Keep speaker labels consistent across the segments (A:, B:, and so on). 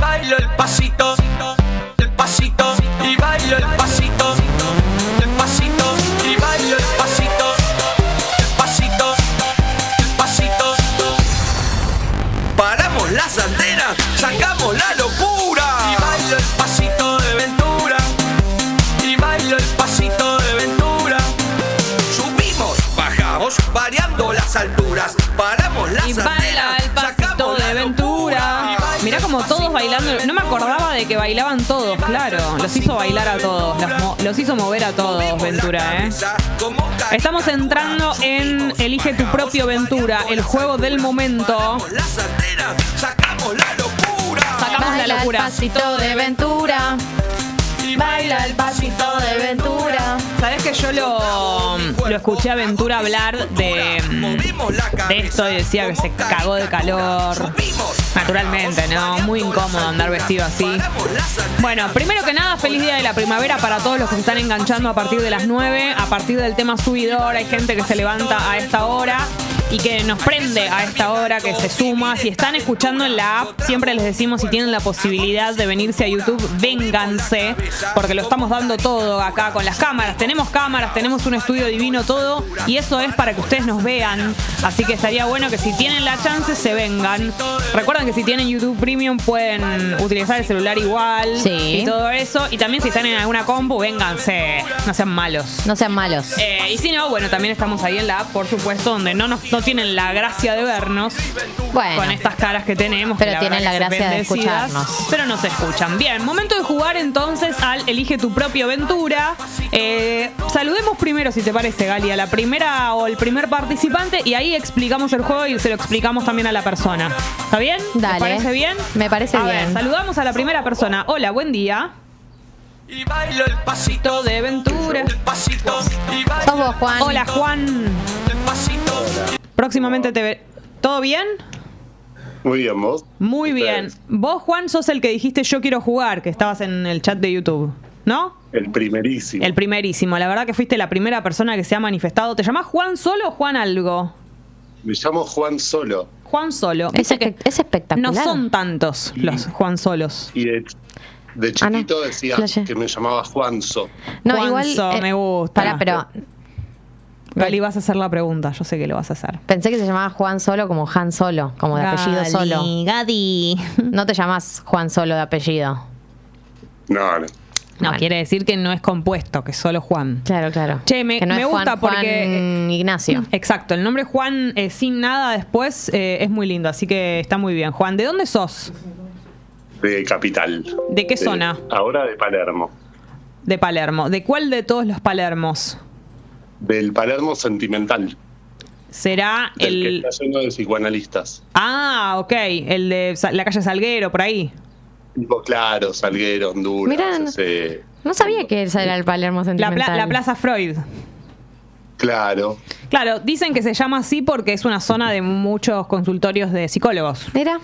A: bailo el pasito, el pasito, y bailo el pasito, el pasito, y bailo el pasito, el pasito, el pasito. Paramos las antenas, sacamos la locura. Y bailo el pasito de ventura, y bailo el pasito de ventura. Subimos, bajamos, variando las alturas. Paramos las
B: Y baila
A: antenas,
B: el pasito
A: sacamos la
B: de Ventura.
A: locura. Y baila
B: Mirá
A: el
B: como todos
A: pasito
B: bailando.
A: de
B: No me acordaba de que bailaban todos, claro. Los hizo bailar a todos. Los, mo- los hizo mover a todos, Ventura, ¿eh? Estamos entrando en Elige tu propio Ventura, el juego del momento.
A: Las antenas, sacamos la locura.
B: Sacamos la
C: Baila el
B: locura.
C: pasito de Ventura. Baila el pasito de Ventura.
B: Sabés que yo lo, lo escuché a Ventura hablar de, mm, de esto y decía que se cagó de calor. Naturalmente, ¿no? Muy incómodo andar vestido así. Bueno, primero que nada, feliz día de la primavera para todos los que se están enganchando a partir de las 9, a partir del tema subidor. Hay gente que se levanta a esta hora y que nos prende a esta hora, que se suma. Si están escuchando en la app, siempre les decimos si tienen la posibilidad de venirse a YouTube, vénganse, porque lo estamos dando todo acá con las cámaras. Tenemos cámaras, tenemos un estudio divino, todo, y eso es para que ustedes nos vean. Así que estaría bueno que si tienen la chance, se vengan. Recuerden que si tienen YouTube Premium, pueden utilizar el celular igual
C: Sí.
B: y todo eso. Y también si están en alguna compu, vénganse, no sean malos.
C: No sean malos.
B: Eh, y si no, bueno, también estamos ahí en la app, por supuesto, donde no, nos, no tienen la gracia de vernos
C: Bueno.
B: con estas caras que tenemos.
C: Pero
B: que
C: tienen
B: verdad
C: la
B: que
C: gracia de
B: son bendecidas,
C: escucharnos.
B: Pero nos escuchan. Bien, momento de jugar entonces al Elige tu propia aventura. Eh, saludemos primero, si te parece, Gali, a la primera o el primer participante y ahí explicamos el juego y se lo explicamos también a la persona. ¿Está bien?
C: Dale.
B: ¿Te parece bien?
C: Me parece
B: A ver,
C: bien.
B: saludamos a la primera persona. Hola, buen día.
A: Y bailo el pasito
B: De Ventura.
A: El pasito y bailo
C: Sos vos, Juan.
B: Hola, Juan.
A: el pasito.
B: Próximamente te ve. ¿Todo bien?
D: Muy bien, vos.
B: Muy bien.
D: Ustedes.
B: Vos, Juan, sos el que dijiste yo quiero jugar, que estabas en el chat de YouTube, ¿no?
D: El primerísimo.
B: El primerísimo. La verdad que fuiste la primera persona que se ha manifestado. ¿Te llamás Juan solo o Juan algo?
D: Me llamo Juan Solo.
B: Juan solo.
C: Es,
B: Viste que
C: espe- es espectacular.
B: no son tantos los Juan solos.
D: Y de, de
C: Ah, no.
D: chiquito decía
C: Flashé.
D: que me llamaba Juanzo.
C: No, eh,
B: Juanzo, me gusta.
C: Pará, pero
B: Gali, vas a hacer la pregunta. Yo sé que lo vas a hacer.
C: pensé que se llamaba Juan Solo como Han Solo, como de apellido
B: Gali,
C: solo.
B: Gadi.
C: No te llamas Juan Solo de apellido.
D: No, no.
B: No,
C: Bueno.
B: quiere decir que no es compuesto, que es solo Juan.
C: Claro, claro.
B: Che, me-
C: que no
B: me
C: es Juan-
B: gusta porque- eh,
C: Juan Ignacio.
B: Exacto, el nombre Juan eh, sin nada después eh, es muy lindo, así que está muy bien. Juan, ¿de dónde sos?
D: De capital.
B: ¿De qué zona?
D: Ahora de Palermo.
B: De Palermo. ¿De cuál de todos los Palermos?
D: Del Palermo sentimental.
B: Será
D: Del que
B: el.
D: está lleno de psicoanalistas.
B: Ah, ok, el de Sa- la calle Salguero, por ahí.
D: Tipo claro, Salguero, Honduras.
C: Mirá, no-
D: ese-
C: No sabía que esa era el Palermo
B: La,
C: sentimental.
B: pla- la Plaza Freud.
D: Claro.
B: Claro, dicen que se llama así porque es una zona de muchos consultorios de psicólogos,
C: Mira,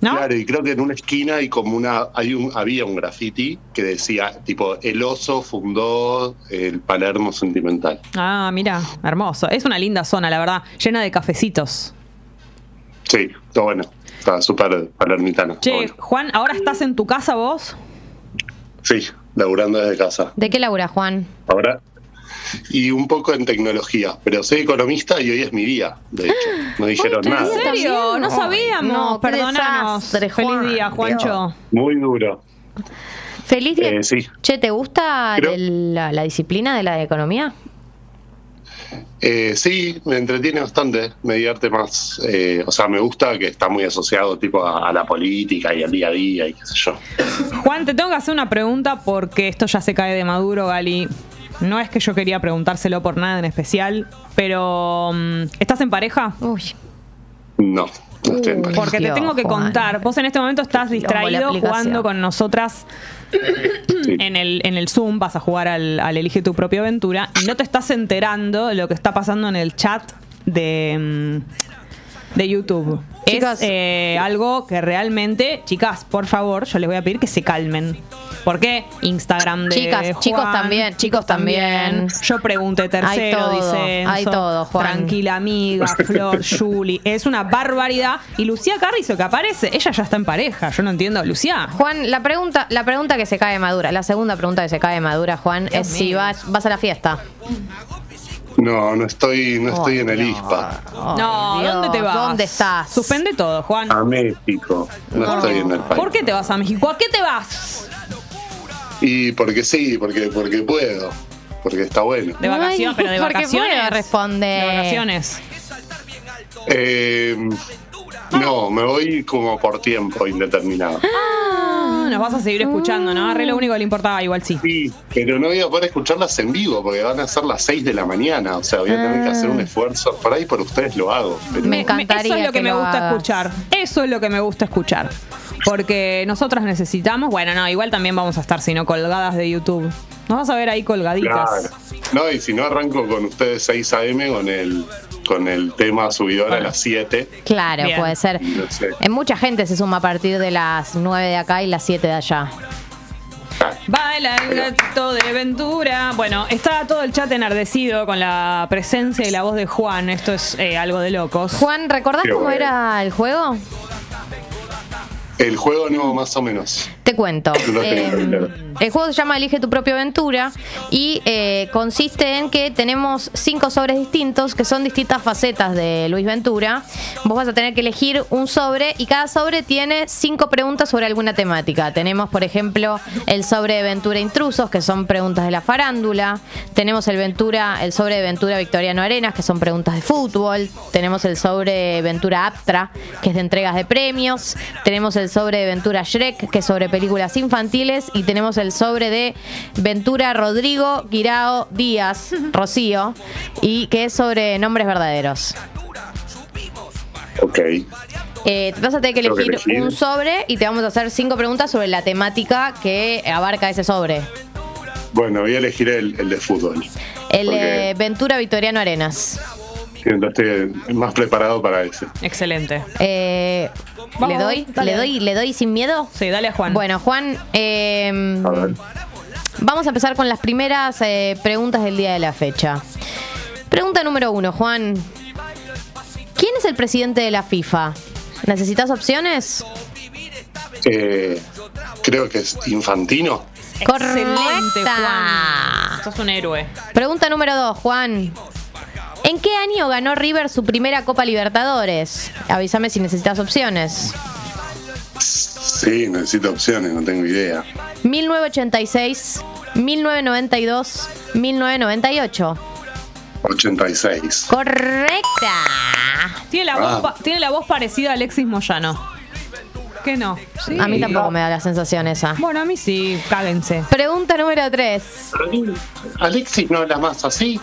B: ¿no?
D: Claro, y creo que en una esquina hay como una, hay un, había un graffiti que decía, tipo, el oso fundó el Palermo sentimental.
B: Ah, mira, hermoso. Es una linda zona, la verdad, llena de cafecitos.
D: Sí, está bueno. Está súper palermitano. está
B: Che,
D: bueno.
B: Juan, ¿ahora estás en tu casa vos?
D: Sí, laburando desde casa.
C: ¿de qué labura Juan?
D: Ahora. Y un poco en tecnología, pero soy economista y hoy es mi día, de hecho. No dijeron
C: ¿en
D: nada.
B: ¿En serio?
C: También.
B: No
C: Ay,
B: sabíamos.
C: no, qué
B: Perdonanos.
C: desastre, Juan.
B: Feliz día, Juancho.
D: Muy duro.
C: Feliz día.
D: Eh, sí.
C: Che, ¿te gusta
D: Creo-
C: el- la, la disciplina de la de economía?
D: Eh, sí, me entretiene bastante, me divierte más. Eh, o sea, me gusta que está muy asociado tipo a, a la política y al día a día y qué sé yo.
B: Juan, te tengo que hacer una pregunta porque esto ya se cae de maduro, Gali. No es que yo quería preguntárselo por nada en especial, pero mm, ¿estás en pareja?
C: Uy,
D: No, no estoy en
C: Uy.
D: pareja.
B: Porque te
C: Dios,
B: tengo que
C: Juan.
B: contar. Vos en este momento estás
C: quilombo la
B: distraído
C: aplicación.
B: jugando con nosotras
D: Sí.
B: en el, en el Zoom. Vas a jugar al, al Elige tu propia aventura y no te estás enterando de lo que está pasando en el chat de, mm, de YouTube.
C: Chicas.
B: es eh, algo que realmente, chicas, por favor, yo les voy a pedir que se calmen. ¿Por qué? Instagram de
C: Chicas,
B: Juan,
C: chicos también, chicos también.
B: Yo pregunté tercero,
C: Hay todo,
B: dice Enzo.
C: hay todo, Juan.
B: Tranquila amiga, Flor, Julie. Es una barbaridad. Y Lucía Carrizo que aparece, ella ya está en pareja. Yo no entiendo, Lucía.
C: Juan, la pregunta, la pregunta que se cae madura, la segunda pregunta que se cae madura, Juan,
B: Dios
C: es
B: mío.
C: si vas, vas a la fiesta.
D: No, no estoy,
B: Oh,
D: no estoy en el ISPA.
C: Ay,
B: no,
C: Dios,
B: ¿dónde te vas?
C: ¿Dónde estás?
B: Suspende todo, Juan.
D: A México. No estoy en el país.
B: ¿Por qué te vas a México? ¿A qué te vas?
D: Y porque sí, porque, porque puedo. Porque está bueno.
B: De
C: Ay,
B: vacaciones, pero de
C: porque
B: vacaciones.
C: puedo, responde.
B: De vacaciones.
D: Eh, no, me voy como por tiempo indeterminado.
B: Ah, nos vas a seguir escuchando, ¿no? Re lo único que le importaba, igual sí.
D: Sí, pero no voy a poder escucharlas en vivo porque van a ser las 6 de la mañana. O sea, voy a tener que hacer un esfuerzo. Por ahí por ustedes lo hago. Pero
C: Me encanta. encantaría
B: Eso es lo que,
C: que
B: me
C: lo
B: gusta
C: hagas.
B: escuchar. Eso es lo que me gusta escuchar. Porque nosotras necesitamos, bueno, no, igual también vamos a estar, si no, colgadas de YouTube. Nos vas a ver ahí colgaditas.
D: claro. No, y si no arranco con ustedes 6 AM con el, con el tema subidor a las 7.
C: Claro,
B: Bien.
C: puede ser.
D: No sé.
C: Eh, Mucha gente se suma a partir de las 9 de acá y las 7 de allá.
B: Baila el gato de Ventura. Bueno, está todo el chat enardecido con la presencia y la voz de Juan. Esto es eh, algo de locos.
C: Juan, ¿recordás
D: Qué
C: cómo
D: bueno.
C: era el juego?
D: El juego no, más o menos.
C: Te cuento.
D: No tengo
C: Eh,
D: claro.
C: el juego se llama Elige tu propia aventura y eh, consiste en que tenemos cinco sobres distintos que son distintas facetas de Luis Ventura. Vos vas a tener que elegir un sobre y cada sobre tiene cinco preguntas sobre alguna temática. Tenemos, por ejemplo, el sobre de Ventura Intrusos, que son preguntas de la farándula. Tenemos el Ventura, el sobre de Ventura Victoriano Arenas, que son preguntas de fútbol. Tenemos el sobre Ventura Aptra, que es de entregas de premios. Tenemos el sobre de Ventura Shrek, que es sobre películas infantiles. Y tenemos el sobre de Ventura Rodrigo Guirao Díaz Rocío, y que es sobre nombres verdaderos.
D: Ok.
C: Eh, vas a tener que
D: Tengo que
C: elegir
D: elegir.
C: un sobre y te vamos a hacer cinco preguntas sobre la temática que abarca ese sobre.
D: Bueno, voy a elegir el, el de fútbol.
C: El
D: Porque
C: eh, Ventura Victoriano Arenas.
D: siento que estoy más preparado para ese.
B: Excelente.
C: Eh, ¿Le
B: Vamos,
C: doy?
B: dale.
C: ¿Le doy? ¿Le doy sin miedo?
B: Sí, dale a Juan.
C: Bueno, Juan, eh,
D: A ver.
C: vamos a empezar con las primeras eh, preguntas del día de la fecha. Pregunta número uno, Juan. ¿Quién es el presidente de la FIFA? ¿Necesitas opciones?
D: Eh, creo que es infantino.
B: Excelente, Juan.
C: Correcta.
B: Sos un héroe.
C: Pregunta número dos, Juan. ¿En qué año ganó River su primera Copa Libertadores? Avísame si necesitas opciones.
D: Sí, necesito opciones, no tengo idea.
C: 1986, 1992, 1998.
D: 86.
C: Correcta.
B: Tiene la,
D: Ah.
B: voz, pa- tiene la voz parecida a Alexis Moyano. ¿Qué no? Sí.
C: A mí tampoco me da la sensación esa.
B: Bueno, a mí sí, cáguense.
C: Pregunta número 3.
D: Alexis no habla más así.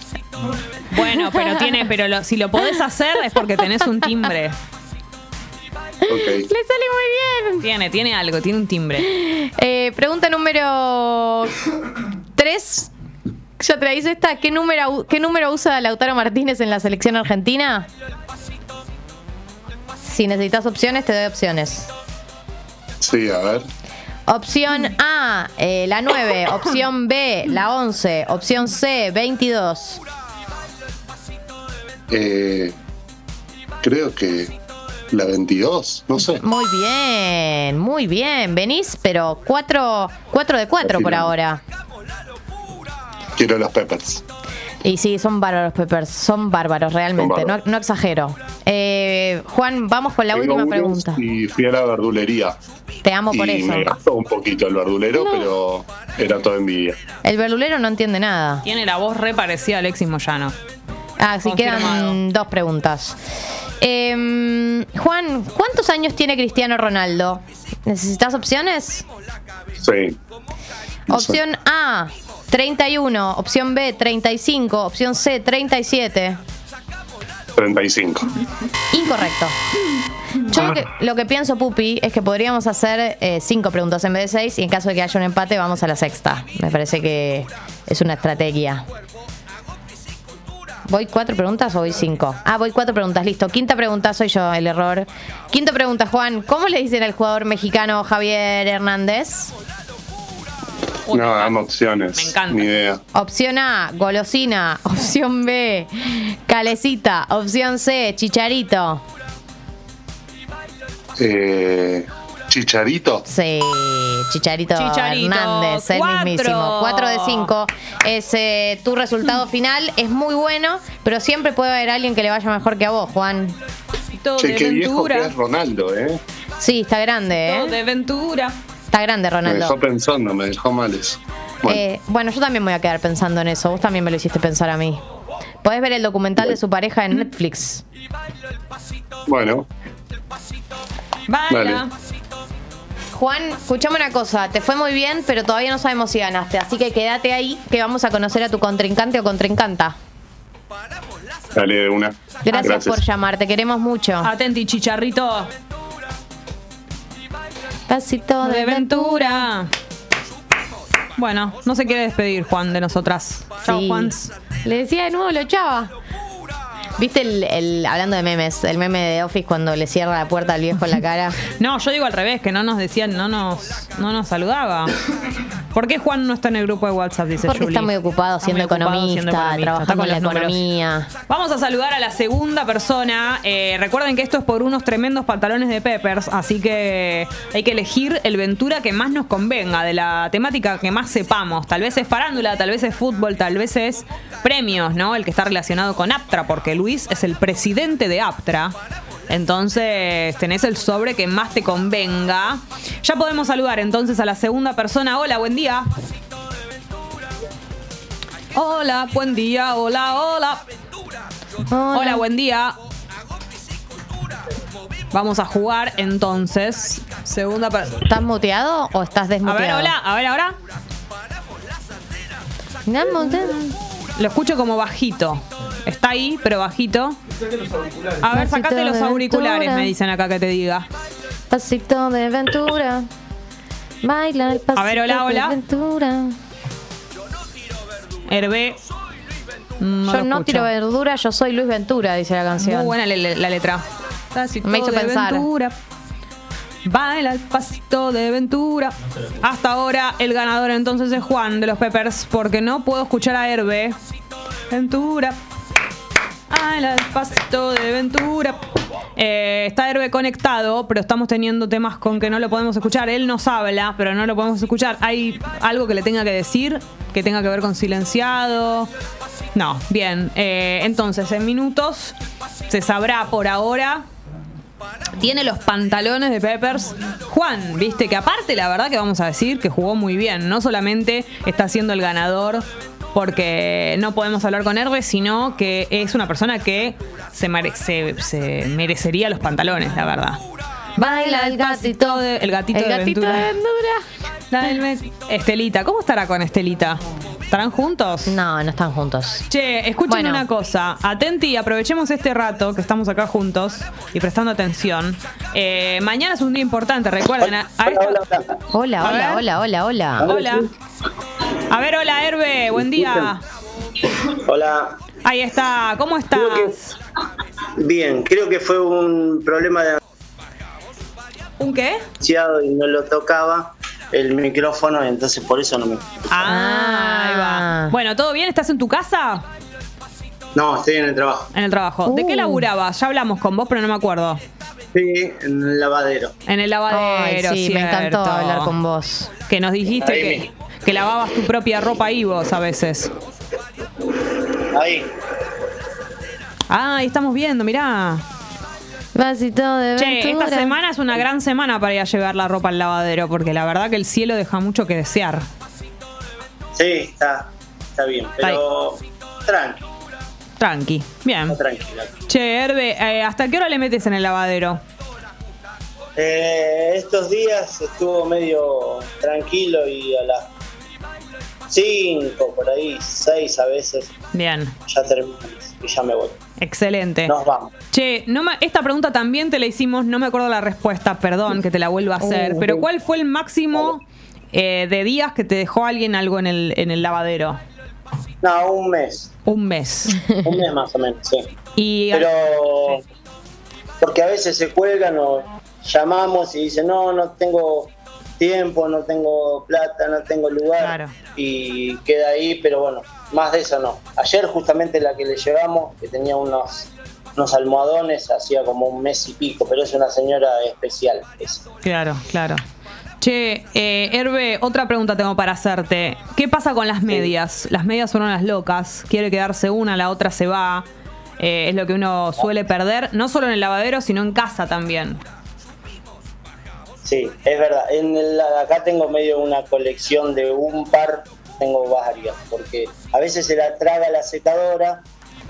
B: Bueno, pero tiene, pero lo- si lo podés hacer es porque tenés un timbre.
D: Ok.
C: Le sale muy bien.
B: Tiene, tiene algo, tiene un timbre.
C: Eh, pregunta número 3. Ya te la hice esta. ¿Qué número, u- ¿Qué número usa Lautaro Martínez en la selección argentina? Si necesitas opciones, te doy opciones.
D: Sí, a ver.
C: Opción A, eh, la 9. Opción B, la 11. Opción C, 22.
D: Eh, creo que la 22, no sé.
C: Muy bien, muy bien. Venís, pero 4, cuatro de 4 por
D: Fascinante.
C: ahora.
D: Quiero los Peppers.
C: Y sí, son bárbaros, Peppers. Son bárbaros, realmente.
D: bárbaros.
C: No, no exagero. Eh, Juan, vamos con la
D: Tengo
C: última
D: unos
C: pregunta.
D: Y fui a la verdulería.
C: Te amo por
D: Y
C: eso.
D: me gastó un poquito el verdulero, pero era todo envidia.
C: El verdulero no entiende nada.
B: Tiene la voz re parecida a Alexis Moyano.
C: Ah, sí,
B: Confirmado.
C: quedan dos preguntas. Eh, Juan, ¿cuántos años tiene Cristiano Ronaldo? ¿Necesitas opciones?
D: Sí. No sé.
C: Opción A, 31. Opción B, 35. Opción C, 37.
D: 35.
C: Incorrecto. Yo lo que, lo que pienso, Pupi, es que podríamos hacer eh, cinco preguntas en vez de seis y en caso de que haya un empate vamos a la sexta. Me parece que es una estrategia. ¿Voy cuatro preguntas o voy cinco? Ah, voy cuatro preguntas, listo. Quinta pregunta, soy yo el error. Quinta pregunta, Juan. ¿Cómo le dicen al jugador mexicano Javier Hernández?
B: Uy,
D: no, dame opciones.
B: Me encanta.
D: Ni idea.
C: Opción A, golosina. Opción B, calecita. Opción C, chicharito.
D: Eh, Chicharito.
C: Sí, Chicharito,
B: Chicharito,
C: Hernández, el
B: cuatro.
C: mismísimo. 4 de 5. Es, eh, tu
B: Mm.
C: resultado final es muy bueno, pero siempre puede haber alguien que le vaya mejor que a vos, Juan.
B: Todo
D: Che,
B: de
D: qué viejo que
B: Ventura.
D: es Ronaldo, ¿eh?
C: Sí, está grande,
B: Todo
C: ¿eh?
B: de Ventura.
C: Está grande,
D: Me dejó
C: Ronaldo.
D: pensando, me dejó mal eso. Bueno,
C: Eh, bueno, yo también me voy a quedar pensando en eso. Vos también me lo hiciste pensar a mí. Podés ver el documental de su pareja en Netflix.
D: bueno,
B: Baila.
D: Dale.
C: Juan, escuchame una cosa, te fue muy bien, pero todavía no sabemos si ganaste, así que quédate ahí que vamos a conocer a tu contrincante o contrincanta.
D: dale de una.
C: Gracias,
D: Ah,
C: por llamar, te queremos mucho.
B: Atenti, chicharrito.
C: Pasito
B: De Ventura. Bueno, no se quiere despedir Juan de nosotras. Chao,
C: Sí.
B: Juan.
C: Le decía de nuevo, lo echaba. ¿Viste el, el- hablando de memes, el meme de Office cuando le cierra la puerta al viejo en la cara?
B: No, yo digo al revés, que no nos decían, no nos, no nos saludaba. ¿Por qué Juan no está en el grupo de WhatsApp? Dice
C: Porque
B: Juli.
C: está muy ocupado siendo economista,
B: Está
C: trabajando
B: con
C: en la
B: los números.
C: economía.
B: Vamos a saludar a la segunda persona. Eh, recuerden que esto es por unos tremendos pantalones de Peppers, así que hay que elegir el Ventura que más nos convenga, de la temática que más sepamos. Tal vez es farándula, tal vez es fútbol, tal vez es premios, ¿no? El que está relacionado con Aptra, porque Luis es el presidente de Aptra. Entonces tenés el sobre que más te convenga. Ya podemos saludar entonces a la segunda persona. Hola, buen día. Hola, buen día, hola, hola. Hola, buen día. Vamos a jugar entonces. Segunda per-
C: ¿Estás muteado o estás
B: A ver,
C: desmuteado?
B: hola, a ver ahora.
C: No, muteado.
B: Lo escucho como bajito. Está ahí, pero bajito. A ver,
C: Pasito
B: sacate los
C: de
B: auriculares,
C: aventura.
B: me dicen acá que te diga.
C: Pasito de Ventura. Baila el pasito
B: ver, hola, hola.
C: de Ventura.
B: Hervé. Mm, No
C: yo
B: lo
C: no
B: escucho.
C: tiro verdura, yo soy Luis Ventura, dice la canción.
B: Muy buena le- le- la, letra. Así
C: Me
B: todo
C: hizo
B: de
C: pensar.
B: Ventura. Baila el pasito de Ventura. Hasta ahora el ganador entonces es Juan de los Peppers porque no puedo escuchar a Herbe. Ventura. Baila el pasito de Ventura. Eh, está Herbe conectado, pero estamos teniendo temas con que no lo podemos escuchar. Él nos habla, pero no lo podemos escuchar. ¿Hay algo que le tenga que decir? ¿Que tenga que ver con silenciado? No, bien. Eh, entonces, en minutos se sabrá por ahora. Tiene los pantalones de Peppers. Juan, viste que aparte la verdad que vamos a decir que jugó muy bien. No solamente está siendo el ganador porque no podemos hablar con Herve, sino que es una persona que se, mere- se- se merecería los pantalones, la verdad.
C: Baila el gatito
B: de- el gatito
C: el
B: de
C: gatito de
B: Ventura.
C: Ventura.
B: Estelita, ¿cómo estará con Estelita? ¿Estarán juntos?
C: No, no están juntos.
B: Che, escuchen
C: Bueno.
B: una cosa. Atenti, aprovechemos este rato que estamos acá juntos y prestando atención. Eh, mañana es un día importante, recuerden. A, a esta-
C: Hola,
B: A
C: hola,
B: ver.
C: hola, hola, hola.
B: Hola. A ver, hola, Herbe, buen día.
E: Hola.
B: Ahí está, ¿cómo estás?
E: Bien, creo que fue un problema de
B: ¿Un qué?
E: ansiado y no lo tocaba el micrófono, entonces por eso no me.
B: Ah, ahí
C: Ah.
B: va. Bueno, ¿todo bien? ¿Estás en tu casa?
E: No, estoy en el trabajo.
B: En el trabajo. ¿De qué
C: Uh.
B: laburabas? Ya hablamos con vos, pero no me acuerdo.
E: Sí, en el lavadero.
B: En el
C: Ay,
B: lavadero,
C: sí, me encantó
B: cierto.
C: hablar con vos.
B: Que nos dijiste
E: Ahí
B: que, que lavabas tu propia ropa ahí vos a veces.
E: Ahí.
B: Ah, ahí estamos viendo, mirá.
C: Vasito de
B: Che,
C: Ventura.
B: esta semana es una gran semana para ir a llevar la ropa al lavadero, porque la verdad que el cielo deja mucho que desear.
E: Sí, está, está bien. Pero tranqui,
B: Tranqui. Bien.
E: está tranquila.
B: Che, Herbe, eh, ¿hasta qué hora le metes en el lavadero?
E: Eh, estos días estuvo medio tranquilo y a las 5, por ahí, 6 a veces,
B: Bien.
E: ya termino y ya me voy.
B: Excelente.
E: Nos vamos.
B: Che, no me- esta pregunta también te la hicimos, no me acuerdo la respuesta, perdón que te la vuelvo a hacer,
E: Uh.
B: pero ¿cuál fue el máximo eh, de días que te dejó alguien algo en el, en el lavadero?
E: No, un mes.
B: Un mes.
E: Un mes más o menos, sí.
B: Y
E: Pero. Porque a veces se cuelgan o llamamos y dicen, no, no tengo tiempo, no tengo plata, no tengo lugar.
B: Claro.
E: Y queda ahí, pero bueno, más de eso no. Ayer, justamente la que le llevamos, que tenía unos unos almohadones, hacía como un mes y pico, pero es una señora especial. es-
B: Claro, claro. Che, eh, Herbe, otra pregunta tengo para hacerte. ¿Qué pasa con las medias? Las medias son unas locas. Quiere quedarse una, la otra se va. Eh, es lo que uno suele perder, no solo en el lavadero, sino en casa también.
E: Sí, es verdad. En el- acá tengo medio una colección de un par, tengo varias, porque a veces se la traga la secadora,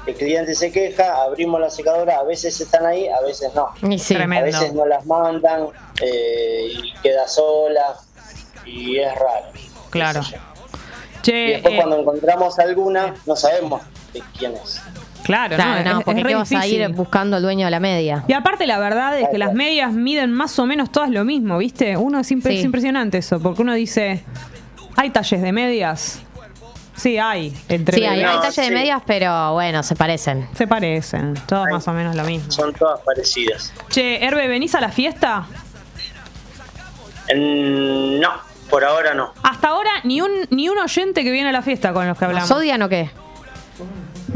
E: el cliente se queja, abrimos la secadora, a veces están ahí, a veces no.
C: Y sí.
B: Tremendo.
E: A veces no las mandan eh, y queda sola y es raro. qué sé
B: Claro.
E: yo. Y
B: Che,
E: después
B: eh,
E: cuando encontramos alguna, no sabemos de quién es.
B: claro,
C: Claro,
B: no,
C: no,
B: es-
C: porque
B: es re
C: ¿qué vas a ir
B: difícil.
C: buscando al dueño de la media.
B: Y aparte la verdad es que las medias miden más o menos todas lo mismo, ¿viste? Uno es, impre-
C: Sí.
B: es impresionante eso, porque uno dice, ¿hay talles de medias? Sí, hay. Entre
C: Sí, hay,
E: No,
C: hay talle de
E: sí.
C: medias, pero bueno, se parecen.
B: Se parecen, todas más o menos lo mismo.
E: Son todas parecidas.
B: Che, Herbe, ¿venís a la fiesta?
E: Mm, no, por ahora no.
B: Hasta ahora ni un ni un oyente que viene a la fiesta con los que hablamos.
C: ¿Nos odian o qué?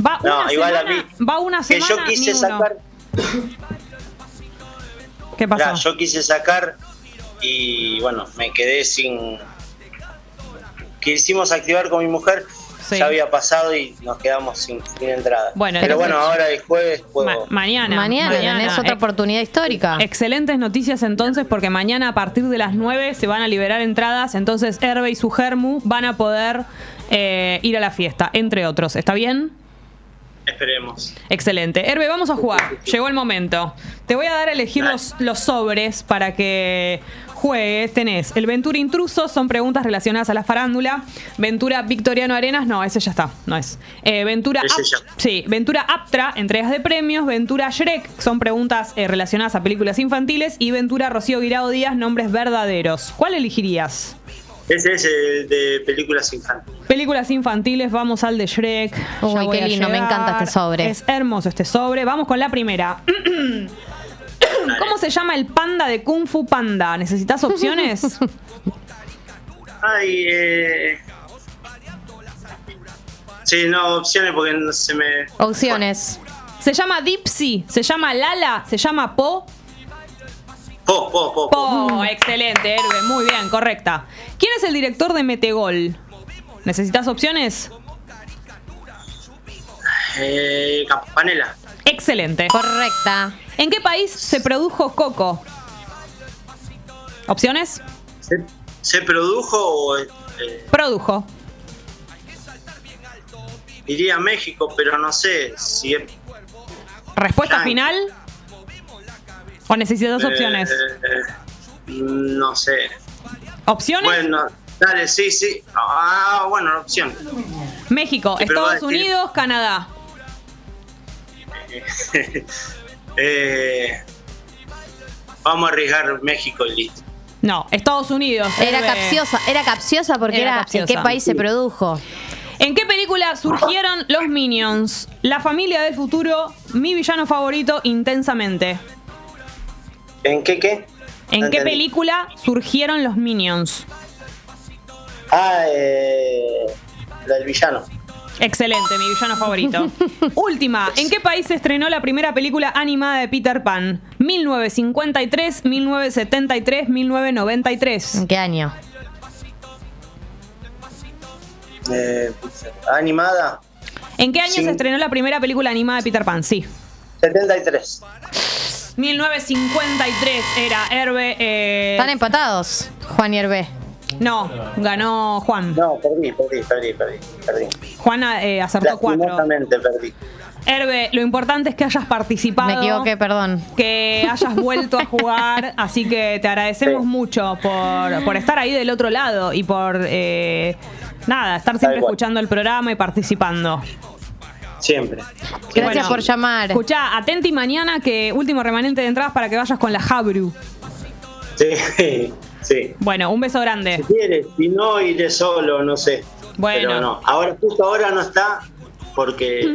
B: Va
E: No,
B: una
E: igual a
B: semana,
E: mí.
B: va una
E: Que
B: semana
E: yo quise
B: ni uno.
E: sacar
B: ¿Qué pasó?
E: Mirá, yo quise sacar y bueno, me quedé sin. Quisimos activar con mi mujer,
B: Sí.
E: ya había pasado y nos quedamos sin, sin entrada.
B: Bueno,
E: pero
B: entonces-
E: bueno, ahora el jueves puedo.
B: Ma- mañana.
C: Mañana, tenés otra
B: Eh,
C: oportunidad histórica.
B: Excelentes noticias entonces, porque mañana a partir de las 9 se van a liberar entradas. Entonces, Herbe y su Germu van a poder eh, ir a la fiesta, entre otros. ¿Está bien?
E: Esperemos.
B: Excelente. Herbe, vamos a jugar. Llegó el momento. Te voy a dar a elegir
E: Dale.
B: los, los sobres para que juegues. Tenés el Ventura Intruso, son preguntas relacionadas a la farándula. Ventura Victoriano Arenas, no, ese ya está, no es. Eh, Ventura,
E: Ese
B: Ap-
E: ya.
B: sí, Ventura Aptra, entregas de premios. Ventura Shrek, son preguntas eh, relacionadas a películas infantiles. Y Ventura Rocío Guirao Díaz, nombres verdaderos. ¿Cuál elegirías?
E: Ese es el de películas infantiles.
B: Películas infantiles, vamos al de Shrek. Ya
C: Uy,
B: voy
C: qué
B: a
C: lindo, me encanta este sobre.
B: Es hermoso este sobre. Vamos con la primera. ¿Cómo se llama el panda de Kung Fu Panda? ¿Necesitas opciones?
E: Ay, eh. Sí, no, opciones porque no se me.
B: Oh.
C: Opciones.
B: ¿Se llama Dipsy? ¿Se llama Lala? ¿Se llama Po?
E: Po, po, po, po.
C: Uh.
B: Po, excelente, Herbe. Muy bien, correcta. ¿Quién es el director de Metegol? ¿Necesitas opciones?
E: Eh, campanela.
B: Excelente.
C: Correcta.
B: ¿En qué país se produjo Coco? ¿Opciones?
E: ¿Se, se produjo o.? eh,
B: Produjo.
E: Iría a México, pero no sé si es.
B: ¿Respuesta
E: Yankee.
B: final? ¿O necesitas
E: eh,
B: opciones?
E: eh, no sé.
B: ¿Opciones?
E: Bueno, dale, sí, sí. Ah, bueno, opción.
B: México,
E: Sí, pero va a
B: Estados
E: decir-
B: Unidos, Canadá.
E: Eh, vamos a arriesgar México y listo.
B: No, Estados Unidos.
C: Era
B: Herbe.
C: capciosa, era capciosa porque
B: Era
C: era,
B: capciosa.
C: en qué país se produjo.
B: ¿En qué película surgieron los Minions? La familia del futuro, mi villano favorito, intensamente.
E: ¿En qué qué?
B: ¿En
E: No
B: qué
E: entendí.
B: película surgieron los Minions?
E: Ah, eh, la del villano.
B: Excelente, mi villano favorito. Última, ¿en qué país se estrenó la primera película animada de Peter Pan? 1953, 1973, 1993.
C: ¿En qué año?
E: Eh, animada.
B: ¿En qué año
E: Sí.
B: se estrenó la primera película animada de Peter Pan? Sí.
E: 73.
B: 1953 era Herbe. eh,
C: Están empatados, Juan y Hervé.
B: no, ganó Juan.
E: No, perdí, perdí, perdí, perdí. perdí.
B: Juan eh, acertó cuatro.
E: Lastimosamente perdí.
B: Herbe, lo importante es que hayas participado.
C: Me equivoqué, perdón.
B: Que hayas vuelto a jugar, así que te agradecemos
E: Sí.
B: mucho por, por estar ahí del otro lado y por eh, nada, estar siempre
E: cual.
B: escuchando el programa y participando.
E: Siempre.
C: Gracias
B: Bueno.
C: por llamar.
B: Escuchá, atenti mañana que último remanente de entradas para que vayas con la Jabru.
E: Sí, sí.
B: Bueno, un beso grande.
E: Si quieres, si no, iré solo, no sé.
B: Bueno.
E: Pero no. Ahora, justo ahora no está, porque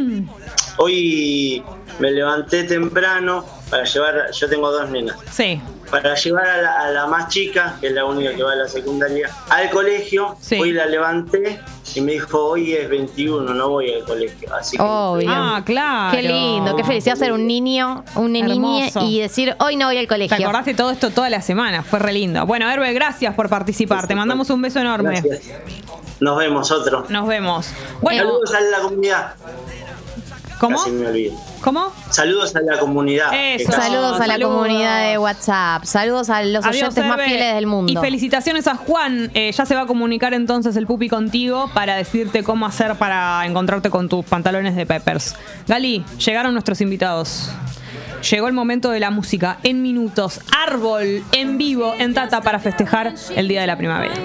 E: hoy me levanté temprano para llevar. Yo tengo dos nenas.
B: Sí,
E: Para llevar a la, a la más chica, que es la única que va a la secundaria, al colegio.
B: Sí.
E: Hoy la levanté y me dijo: Hoy es 21, no voy al colegio. Así que.
C: Obvio.
B: Ah, claro.
C: Qué lindo, qué felicidad ser un niño, una niña
B: Hermoso.
C: y decir hoy no voy al
B: Te
C: colegio.
B: acordaste todo esto toda la semana, fue re lindo. Bueno, Herbe, gracias por participar. Te mandamos un beso enorme.
E: Gracias. Nos vemos otro.
B: Nos vemos. Bueno,
E: Saludos a la comunidad.
B: ¿cómo?
E: Casi me olvido.
B: ¿Cómo?
E: Saludos a la comunidad.
B: Eso.
E: Que casi-
C: Saludos a la
B: Saludos.
C: comunidad de WhatsApp. Saludos a los
B: Adiós,
C: oyentes más
B: Herbe.
C: fieles del mundo.
B: Y felicitaciones a Juan. Eh, ya se va a comunicar entonces el pupi contigo para decirte cómo hacer para encontrarte con tus pantalones de Peppers. Gali, llegaron nuestros invitados. Llegó el momento de la música en minutos. Árbol en vivo en Tata para festejar el día de la primavera.